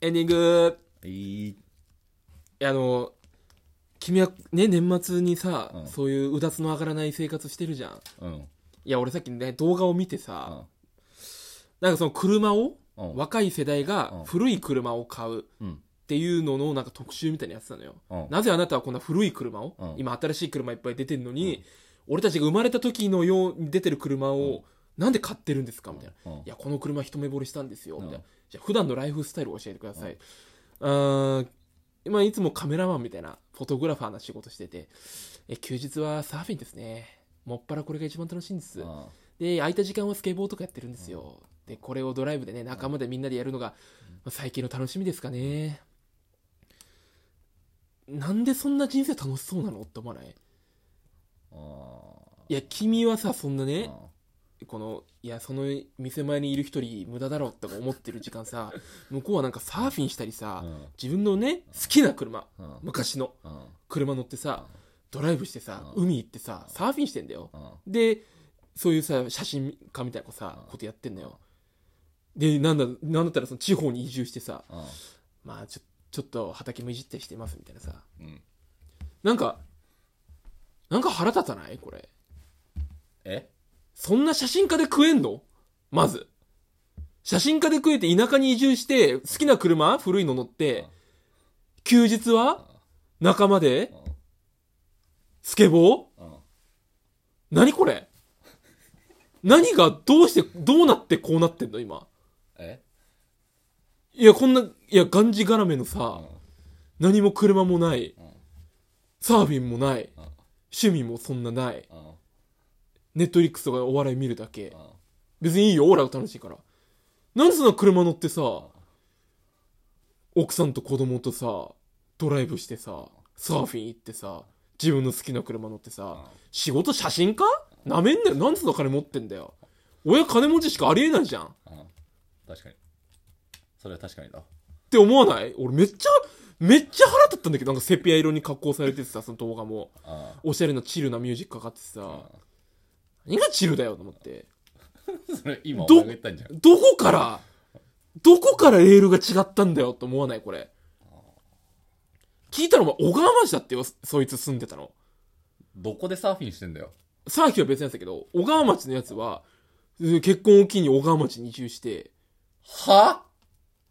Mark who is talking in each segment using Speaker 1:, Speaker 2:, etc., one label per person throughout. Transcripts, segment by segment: Speaker 1: エンディング
Speaker 2: いい
Speaker 1: いやあの君はね年末にさ、
Speaker 2: うん
Speaker 1: そういううだつの上がらない生活してるじゃん
Speaker 2: うん
Speaker 1: いや俺さっきね動画を見て
Speaker 2: う
Speaker 1: さ、
Speaker 2: ん
Speaker 1: なんかその車を、
Speaker 2: うん
Speaker 1: 若い世代
Speaker 2: う
Speaker 1: が
Speaker 2: ん
Speaker 1: 古い車を買うっ
Speaker 2: うん
Speaker 1: ていうののなんか特集みたいなやつなのよ、
Speaker 2: うん
Speaker 1: なぜあなたはこんな古い車を、
Speaker 2: うん
Speaker 1: 今新しい車いっぱい出てるのに、俺たちが生まれた時のように出てる車を、なんで買ってるんですかみたいな、
Speaker 2: うん
Speaker 1: いやこの車一目惚れしたんですよ、
Speaker 2: うん
Speaker 1: みたいなじゃあ普段のライフスタイルを教えてください、あー今いつもカメラマンみたいなフォトグラファーな仕事しててえ休日はサーフィンですねもっぱらこれが一番楽しいんです、
Speaker 2: うん
Speaker 1: で空いた時間はスケボーとかやってるんですよ、でこれをドライブでね仲間でみんなでやるのが、まあ最近の楽しみですかねなんでそんな人生楽しそうなのって思わないいや君はさそんなね、このいやその店前にいる一人無駄だろって思ってる時間 さ向こうはなんかサーフィンしたりさ、
Speaker 2: うん
Speaker 1: 自分のね好きな車
Speaker 2: うんうん
Speaker 1: 昔の
Speaker 2: うん
Speaker 1: 車乗ってさドライブしてさ
Speaker 2: う
Speaker 1: 海行ってさサーフィンしてんだよ
Speaker 2: うん
Speaker 1: でそういうさ写真家みたいな子さことやってんのよでなんだなんだったらその地方に移住してさまあちょちょっと畑もいじったりしてますみたいなさ
Speaker 2: うん
Speaker 1: なんかなんか腹立たないこれ
Speaker 2: え
Speaker 1: そんな写真家で食えんのまず。写真家で食えて田舎に移住して、好きな車古いの乗って、休日は仲間でスケボー
Speaker 2: うんうん
Speaker 1: 何これ何がどうして、どうなってこうなってんの今。
Speaker 2: え
Speaker 1: いや、こんな、いや、がんじがらめの
Speaker 2: う
Speaker 1: さ
Speaker 2: ん、
Speaker 1: 何も車もない
Speaker 2: うん、
Speaker 1: サーフィンもない、
Speaker 2: うん
Speaker 1: 趣味もそんなない、
Speaker 2: うん
Speaker 1: ネットリックスとかお笑い見るだけ
Speaker 2: う。ん
Speaker 1: 別にいいよ、オーラが楽しいから。なんでそんな車乗ってさ、奥さんと子供とさ、ドライブしてさ、サーフィン行ってさ、自分の好きな車乗ってさ、仕事写真家なめんなよ。なんでそんな金持ってんだよ。親金持ちしかありえないじゃん。っ
Speaker 2: うん確かにそれは確かにだ
Speaker 1: て思わない俺めっちゃ、めっちゃ腹立ったんだけど、なんかセピア色に加工されててさ、その動画も。
Speaker 2: あ
Speaker 1: おしゃれなチルなミュージックかかっててさ
Speaker 2: あ、
Speaker 1: 何がチルだよと思って。
Speaker 2: それ今
Speaker 1: ど
Speaker 2: お前が言ったんじゃん
Speaker 1: どこから、どこからレールが違ったんだよって思わないこれ。聞いたのは小川町だってよ、そいつ住んでたの。
Speaker 2: どこでサーフィンしてんだよ
Speaker 1: サーキは別のやつだけど、小川町のやつは、うん結婚を機に小川町に移住して、
Speaker 2: は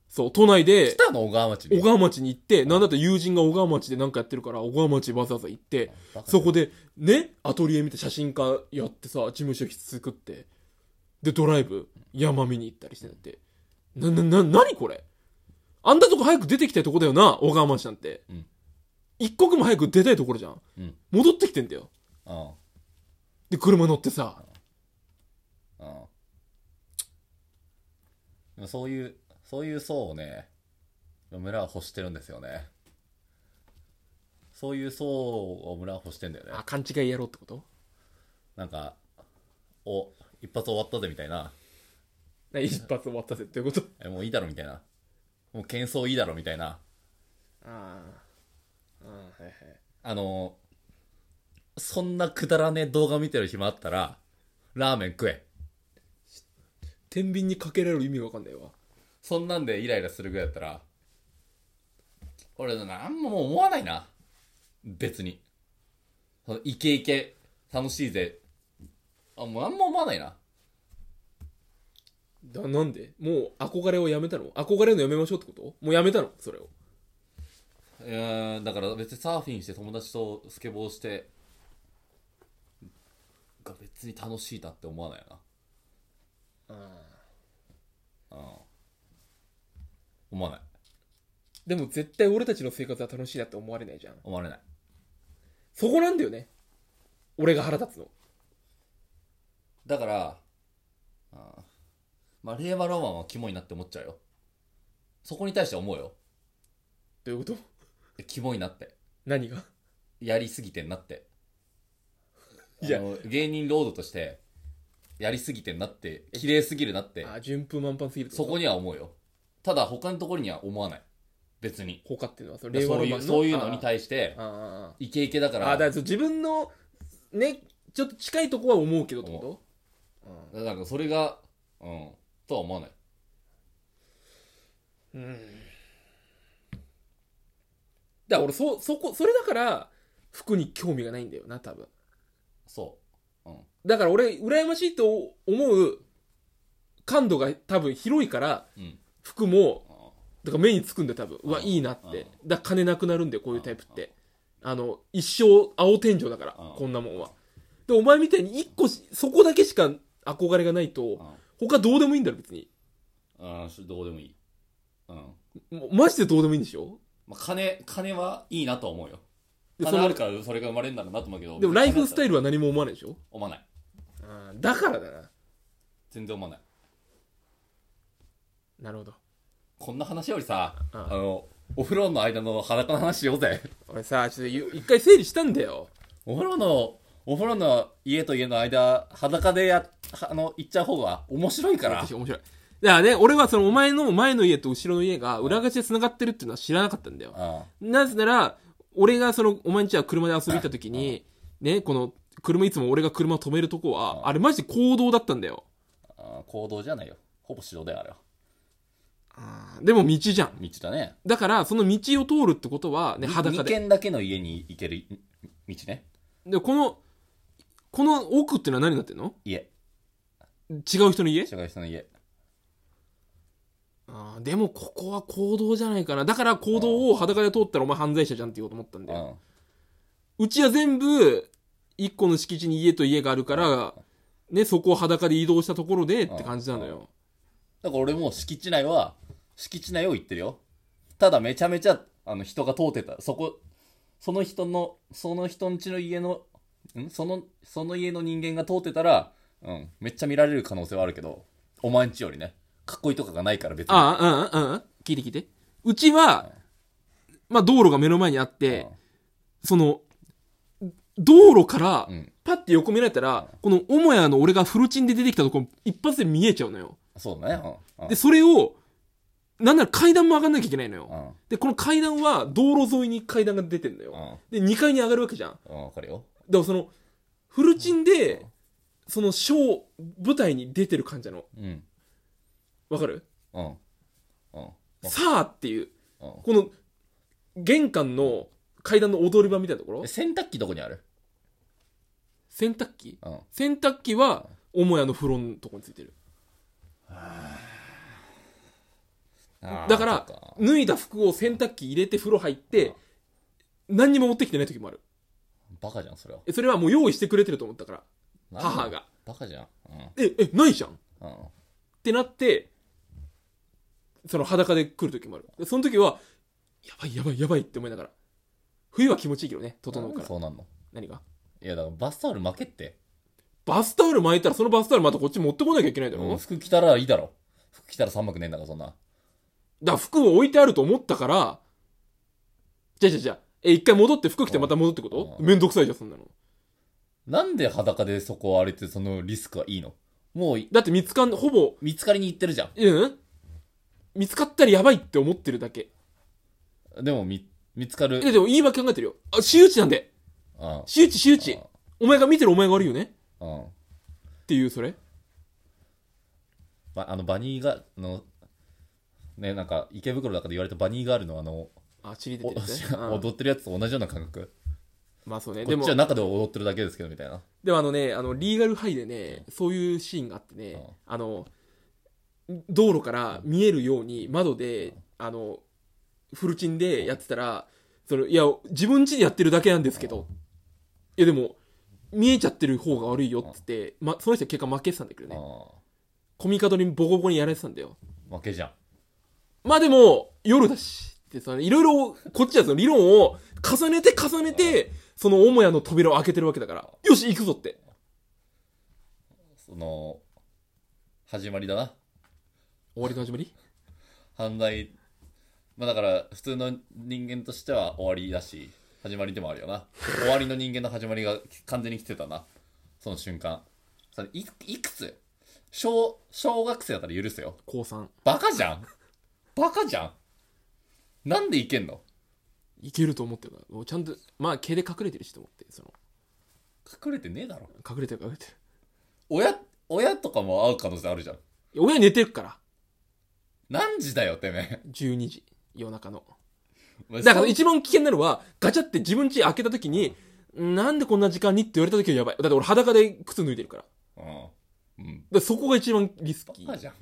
Speaker 1: そう、都内
Speaker 2: 来
Speaker 1: で、
Speaker 2: たの小川町に
Speaker 1: 小川町に行って、なんだったら友人が小川町でなんかやってるから、小川町わざわざ行って、
Speaker 2: バカ
Speaker 1: そこで、ね、アトリエ見て写真家やってさ、事務所作って、で、ドライブ、山見に行ったりしてんだって。な、な、な、なにこれあんなとこ早く出てきたいとこだよな、小川町なんて。
Speaker 2: うん
Speaker 1: 一刻も早く出たいところじゃん。
Speaker 2: うん
Speaker 1: 戻ってきてんだよ。
Speaker 2: うん
Speaker 1: で、車乗ってさ、
Speaker 2: うんでもそういうそういう層をね村は欲してるんですよねそういう層を村は欲してんだよね
Speaker 1: あ、勘違いやろうってこと
Speaker 2: なんかお一発終わったぜみたいな
Speaker 1: ね一発終わったぜってこと。
Speaker 2: えもういいだろみたいなもう喧騒いいだろみたいな
Speaker 1: ああ。ああ、はいはい。
Speaker 2: あのそんなくだらねえ動画見てる暇あったらラーメン食え
Speaker 1: 天秤にかけられる意味がわかんないわ。
Speaker 2: そんなんでイライラするぐらいだったら、俺、なんももう思わないな。別に。そのイケイケ、楽しいぜ。あ、もうなんも思わないな。
Speaker 1: だなんでもう憧れをやめたの憧れるのやめましょうってこともうやめたのそれを。
Speaker 2: うーん、だから別にサーフィンして友達とスケボーして、が別に楽しいなって思わないな。うん。思わない。
Speaker 1: でも絶対俺たちの生活は楽しいなって思われないじゃん。
Speaker 2: 思われない。
Speaker 1: そこなんだよね。俺が腹立つの。
Speaker 2: だから、うんまあ、令和ロマンはキモいなって思っちゃうよ。そこに対して思うよ。
Speaker 1: どういうこと
Speaker 2: キモいなって。
Speaker 1: 何が
Speaker 2: やりすぎてんなって。
Speaker 1: いや
Speaker 2: あの、芸人ロードとして、やりすぎてんなって、綺麗すぎるなって、
Speaker 1: あ、順風満帆すぎるって
Speaker 2: そ
Speaker 1: と
Speaker 2: こには思うよ。ただ他のところには思わない。別に。
Speaker 1: 他っていうのは、その
Speaker 2: そう
Speaker 1: 令和ロ
Speaker 2: い
Speaker 1: マン
Speaker 2: う、
Speaker 1: の
Speaker 2: そういうのに対して
Speaker 1: あ、ああ
Speaker 2: イケイケだか、
Speaker 1: ああああ、だかららそう自分の、ね、ちょっと近いとこは思うけどってこ
Speaker 2: なんかそれが、うん、とは思わない。
Speaker 1: とうん。だから俺そ、そこ、それだから、服に興味がないんだよな、多分。
Speaker 2: そうん。
Speaker 1: だから俺、羨ましいと思う感度が多分広いから、
Speaker 2: うん。
Speaker 1: 服も
Speaker 2: あ、
Speaker 1: だから目につくんだよ、多分。うわ、
Speaker 2: うん
Speaker 1: いいなって。だから金なくなるんだよ、こういうタイプって。あの、一生青天井だから
Speaker 2: うん、
Speaker 1: こんなもんは。で、お前みたいに一個し、そこだけしか憧れがないと、他どうでもいいんだろ、別に。
Speaker 2: うん。うん、それどうでもいい。うん。
Speaker 1: もうマジでどうでもいいんでしょ
Speaker 2: まあ、金、金はいいなとは思うよ。
Speaker 1: で
Speaker 2: 金
Speaker 1: その
Speaker 2: あるからそれが生まれるんだろうなと思うけど。
Speaker 1: でもライフスタイ
Speaker 2: ル。
Speaker 1: ルは何も思わないでしょ
Speaker 2: 思わない。
Speaker 1: あーだからだな。
Speaker 2: 全然思わない。
Speaker 1: なるほど。
Speaker 2: こんな話よりさ、
Speaker 1: うん
Speaker 2: あの、お風呂の間の裸の話しようぜ。
Speaker 1: 俺さ、ちょっとゆ一回整理したんだよ。
Speaker 2: お風呂の、お風呂の家と家の間、裸でや、あの、行っちゃう方が面白いから
Speaker 1: 私。面白い。だからね、俺はそのお前の前の家と後ろの家が裏口で繋がってるっていうのは知らなかったんだよ。
Speaker 2: う
Speaker 1: なぜなら、俺がその、お前んちは車で遊びに行った時に、ね、この、車いつも俺が車を止めるとこ
Speaker 2: う
Speaker 1: は、
Speaker 2: ん
Speaker 1: あれマジで行動だったんだよ。
Speaker 2: ん。行動じゃないよ。ほぼ指導だよ、あれは。
Speaker 1: でも道じゃん。
Speaker 2: 道だね。
Speaker 1: だから、その道を通るってことは、ね、裸
Speaker 2: 2
Speaker 1: で。
Speaker 2: 軒だけの家に行ける道ね。
Speaker 1: で、この、この奥ってのは何になってんの
Speaker 2: 家。
Speaker 1: 違う人の家
Speaker 2: 障害者の家。
Speaker 1: あーでもここは行動じゃないかな。だから行動を裸で通ったらお前犯罪者じゃんって言おうと思ったん
Speaker 2: う
Speaker 1: だよ。
Speaker 2: ん。
Speaker 1: うちは全部、一個の敷地に家と家があるから、ね、そこを裸で移動したところでって感じなのよ。
Speaker 2: だから俺もう敷地内は、敷地内を行ってるよ。ただめちゃめちゃ、あの、人が通ってた。そこ、その人の、その人んちの家の、んその、その家の人間が通ってたら、うん、めっちゃ見られる可能性はあるけど、お前んちよりね、囲いとかがないから別に。
Speaker 1: ああ、うんうんうん。聞いて聞いて。うちは、まあ道路が目の前にあっ
Speaker 2: うん
Speaker 1: て、その、道路から
Speaker 2: うん、
Speaker 1: パッて横見られたら、この母屋の俺がフルチンで出てきたとこ一発で見えちゃうのよ。
Speaker 2: そうだね。うん。
Speaker 1: で、それを、なんなら階段も上がんなきゃいけないの
Speaker 2: う
Speaker 1: よ。
Speaker 2: ん。
Speaker 1: で、この階段は道路沿いに階段が出てんの
Speaker 2: う
Speaker 1: よ。
Speaker 2: ん。
Speaker 1: で、2階に上がるわけじゃん。だか
Speaker 2: うん、わかるよ。
Speaker 1: らその、フルチンで、そのショー、舞台に出てる感じなの。
Speaker 2: うん。
Speaker 1: わかる
Speaker 2: うん。うん。
Speaker 1: さあっていう、
Speaker 2: うん
Speaker 1: この、玄関の階段の踊り場みたいなところ
Speaker 2: え洗濯機どこにある
Speaker 1: 洗濯機
Speaker 2: うん。
Speaker 1: 洗濯機は母屋の風呂のとこについてる
Speaker 2: あー
Speaker 1: だから
Speaker 2: そっか
Speaker 1: 脱いだ服を洗濯機入れて風呂入って何にも持ってきてない時もある
Speaker 2: バカじゃん、それは。
Speaker 1: えそれはもう用意してくれてると思ったから
Speaker 2: なんだ
Speaker 1: 母。が
Speaker 2: バカじゃん。
Speaker 1: ええないじゃんっ
Speaker 2: うん。うん。
Speaker 1: てなってその裸で来る時もあるでその時はやばいやばいやばいって思いながら冬は気持ちいいけどね整うか
Speaker 2: なんで
Speaker 1: ら
Speaker 2: そうなんの
Speaker 1: 何が
Speaker 2: いや、だからバスタオル負けって。
Speaker 1: バスタオル巻いたらそのバスタオルまたこっち持ってこなきゃいけないだろ、
Speaker 2: うん服着たらいいだろ。服着たら寒くねえんだから、そんな。
Speaker 1: だから服を置いてあると思ったから、じゃあじゃあじゃあえ、一回戻って服着てまた戻ってこと
Speaker 2: うん
Speaker 1: めんどくさいじゃん、そんなの。
Speaker 2: なんで裸でそこを歩いてそのリスクはいいのもうい、
Speaker 1: だって見つかん、ほぼ、
Speaker 2: 見つかりに行ってるじゃ
Speaker 1: うん見つかったらやばいって思ってるだけ。
Speaker 2: ん。でも、み、見つかる。
Speaker 1: え、でも言い訳考えてるよ。あ、私有地なんで。
Speaker 2: うん。
Speaker 1: 私有地、私有地。お前が見てるお前が悪いよね
Speaker 2: うん。
Speaker 1: っていう、それ。
Speaker 2: ばあの、バニーが、あの、ね、なんか、池袋だから言われたバニーガールのあの、
Speaker 1: あ、チリ出
Speaker 2: お
Speaker 1: てるやつね。うん
Speaker 2: 踊ってるやつと同じような感覚。
Speaker 1: まあそうね。
Speaker 2: こ
Speaker 1: で
Speaker 2: っ
Speaker 1: も
Speaker 2: ちは、中で踊ってるだけですけど、みたいな。
Speaker 1: でもあのね、あの、リーガルハイでね、そういうシーンがあってね、
Speaker 2: うん
Speaker 1: あの、道路から見えるように窓で、あの、フルチンでやってたら、その、いや、自分家でやってるだけなんですけど、いやでも、見えちゃってる方が悪いよっつって、ま、その人は結果負けてたんだけどね、
Speaker 2: う
Speaker 1: コミカドにボコボコにやられてたんだよ。
Speaker 2: ん。負けじゃん。
Speaker 1: まあでも、夜だし、って、その、いろいろ、こっちはその理論を重ねて重ねて、その母屋の扉を開けてるわけだから、よし、行くぞって。
Speaker 2: その、始まりだな。
Speaker 1: 終わりの始まり
Speaker 2: 犯罪、まあだから、普通の人間としては終わりだし、始まりでもあるよな。終わりの人間の始まりが完全に来てたな。その瞬間。それいいくつ小、小学生だったら許すよ。
Speaker 1: 高3。
Speaker 2: バカじゃんバカじゃんなんでいけんの
Speaker 1: いけると思ってるからもうちゃんとまあ毛で隠れてるしと思ってその
Speaker 2: 隠れてねえだろ。
Speaker 1: 隠れてる隠れてる
Speaker 2: 親、親とかも会う可能性あるじゃん。
Speaker 1: いや親寝てるから
Speaker 2: 何時だよ、てめえ。
Speaker 1: 12時夜中の
Speaker 2: ま あ
Speaker 1: だから
Speaker 2: そう
Speaker 1: 一番危険なのは、ガチャって自分家開けた時に、なんでこんな時間にって言われた時はやばい。だって俺裸で靴脱いでるから。だか
Speaker 2: うん。うん。
Speaker 1: らそこが一番リスキ
Speaker 2: バカ
Speaker 1: ー。
Speaker 2: じゃん。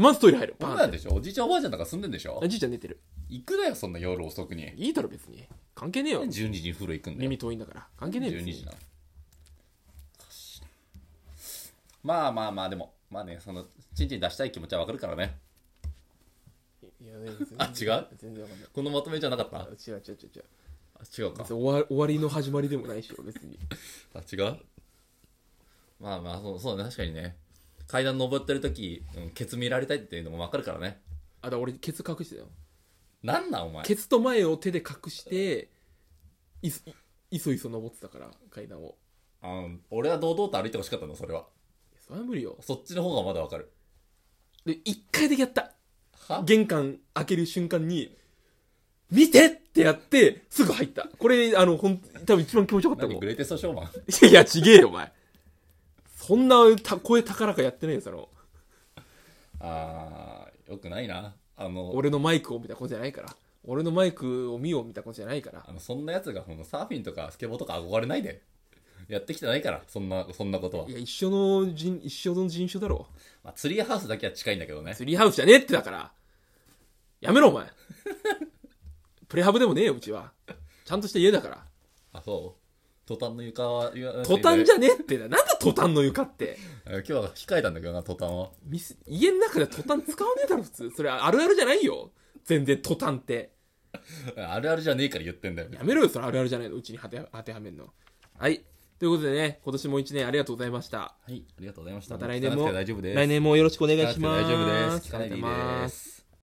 Speaker 1: まずトイレ入る。
Speaker 2: そ
Speaker 1: バ
Speaker 2: う
Speaker 1: ーン
Speaker 2: な
Speaker 1: っ
Speaker 2: ん
Speaker 1: て。
Speaker 2: でしょおじいちゃんおばあちゃんとか住んでんでしょ
Speaker 1: あじいちゃん寝てる。
Speaker 2: 行くなよ、そんな夜遅くに。
Speaker 1: いいだろ別に。関係ねえよ
Speaker 2: 12。時に風呂行くんだよ。
Speaker 1: 耳遠いんだから。関係ねえよ別
Speaker 2: 12時
Speaker 1: に
Speaker 2: な。おかしいなまあまあまあ、でも、まあね、その、ちんちん出したい気持ちはわかるからね。
Speaker 1: いや、全然
Speaker 2: あ、違う
Speaker 1: 全然わかんない。
Speaker 2: このまとめじゃなかったあ
Speaker 1: 違う違う違う違う。
Speaker 2: 違うか。
Speaker 1: 終わ終わりの始まりでもないしよ、別に。
Speaker 2: あ、違うまあまあ、そうそうね、確かにね。階段登ってる時、うん、ケツ見られたいっていうのもわかるからね。
Speaker 1: あ、だから俺、ケツ隠してたよ。
Speaker 2: なんなん、お前。
Speaker 1: ケツと前を手で隠して、いそ、いいそいそ登ってたから、階段を。
Speaker 2: うん、俺は堂々と歩いてほしかったんだ、それは。
Speaker 1: いやそれは無理よ。
Speaker 2: そっちの方がまだわかる。
Speaker 1: で、一回だけやった。
Speaker 2: は
Speaker 1: 玄関開ける瞬間に、見てってやって、すぐ入った。これ、あの、ほん、多分一番気持ちよかったも
Speaker 2: 何
Speaker 1: ん
Speaker 2: グ。レイテストショーマン
Speaker 1: いや、ちげえよ、お前。そんなた声高らかやってないよ、その、
Speaker 2: あー、よくないな。あの、
Speaker 1: 俺のマイクを見た子じゃないから。俺のマイクを見よう見た子じゃないから。。
Speaker 2: あのそんなやつがこのサーフィンとかスケボーとか憧れないで。 やってきてないから、そんな、そんなことはい
Speaker 1: や、一緒の人、一緒の人種だろ。
Speaker 2: まあ、ツリーハウスだけは近いんだけどね。
Speaker 1: ツリーハウスじゃねえってだから。やめろ、お前。プレハブでもねえよ、うちは。ちゃんとした家だから。
Speaker 2: あ、そう。トタンの床は、
Speaker 1: トタンじゃねえってな。なんだトタンの床って。
Speaker 2: ゃ今日は控えたんだけどな、トタンは。
Speaker 1: ミス家の中でトタン使わねえだろ、普通。それあるあるじゃないよ。全然トタンって。
Speaker 2: あるあるじゃねえから言ってんだよ。
Speaker 1: やめろよ、それあるあるじゃないの。うちに当て当てはめんの。はい。ということでね、今年も一年ありがとうございました。
Speaker 2: はい、ありがとうございました。
Speaker 1: また来年も、
Speaker 2: 聞かなくて大丈夫です。
Speaker 1: 来年もよろしくお願いします。
Speaker 2: 聞かなくて大丈夫です。聞
Speaker 1: あ
Speaker 2: か
Speaker 1: りがと
Speaker 2: ないで
Speaker 1: う
Speaker 2: い
Speaker 1: ござい
Speaker 2: い
Speaker 1: ま。
Speaker 2: ですす。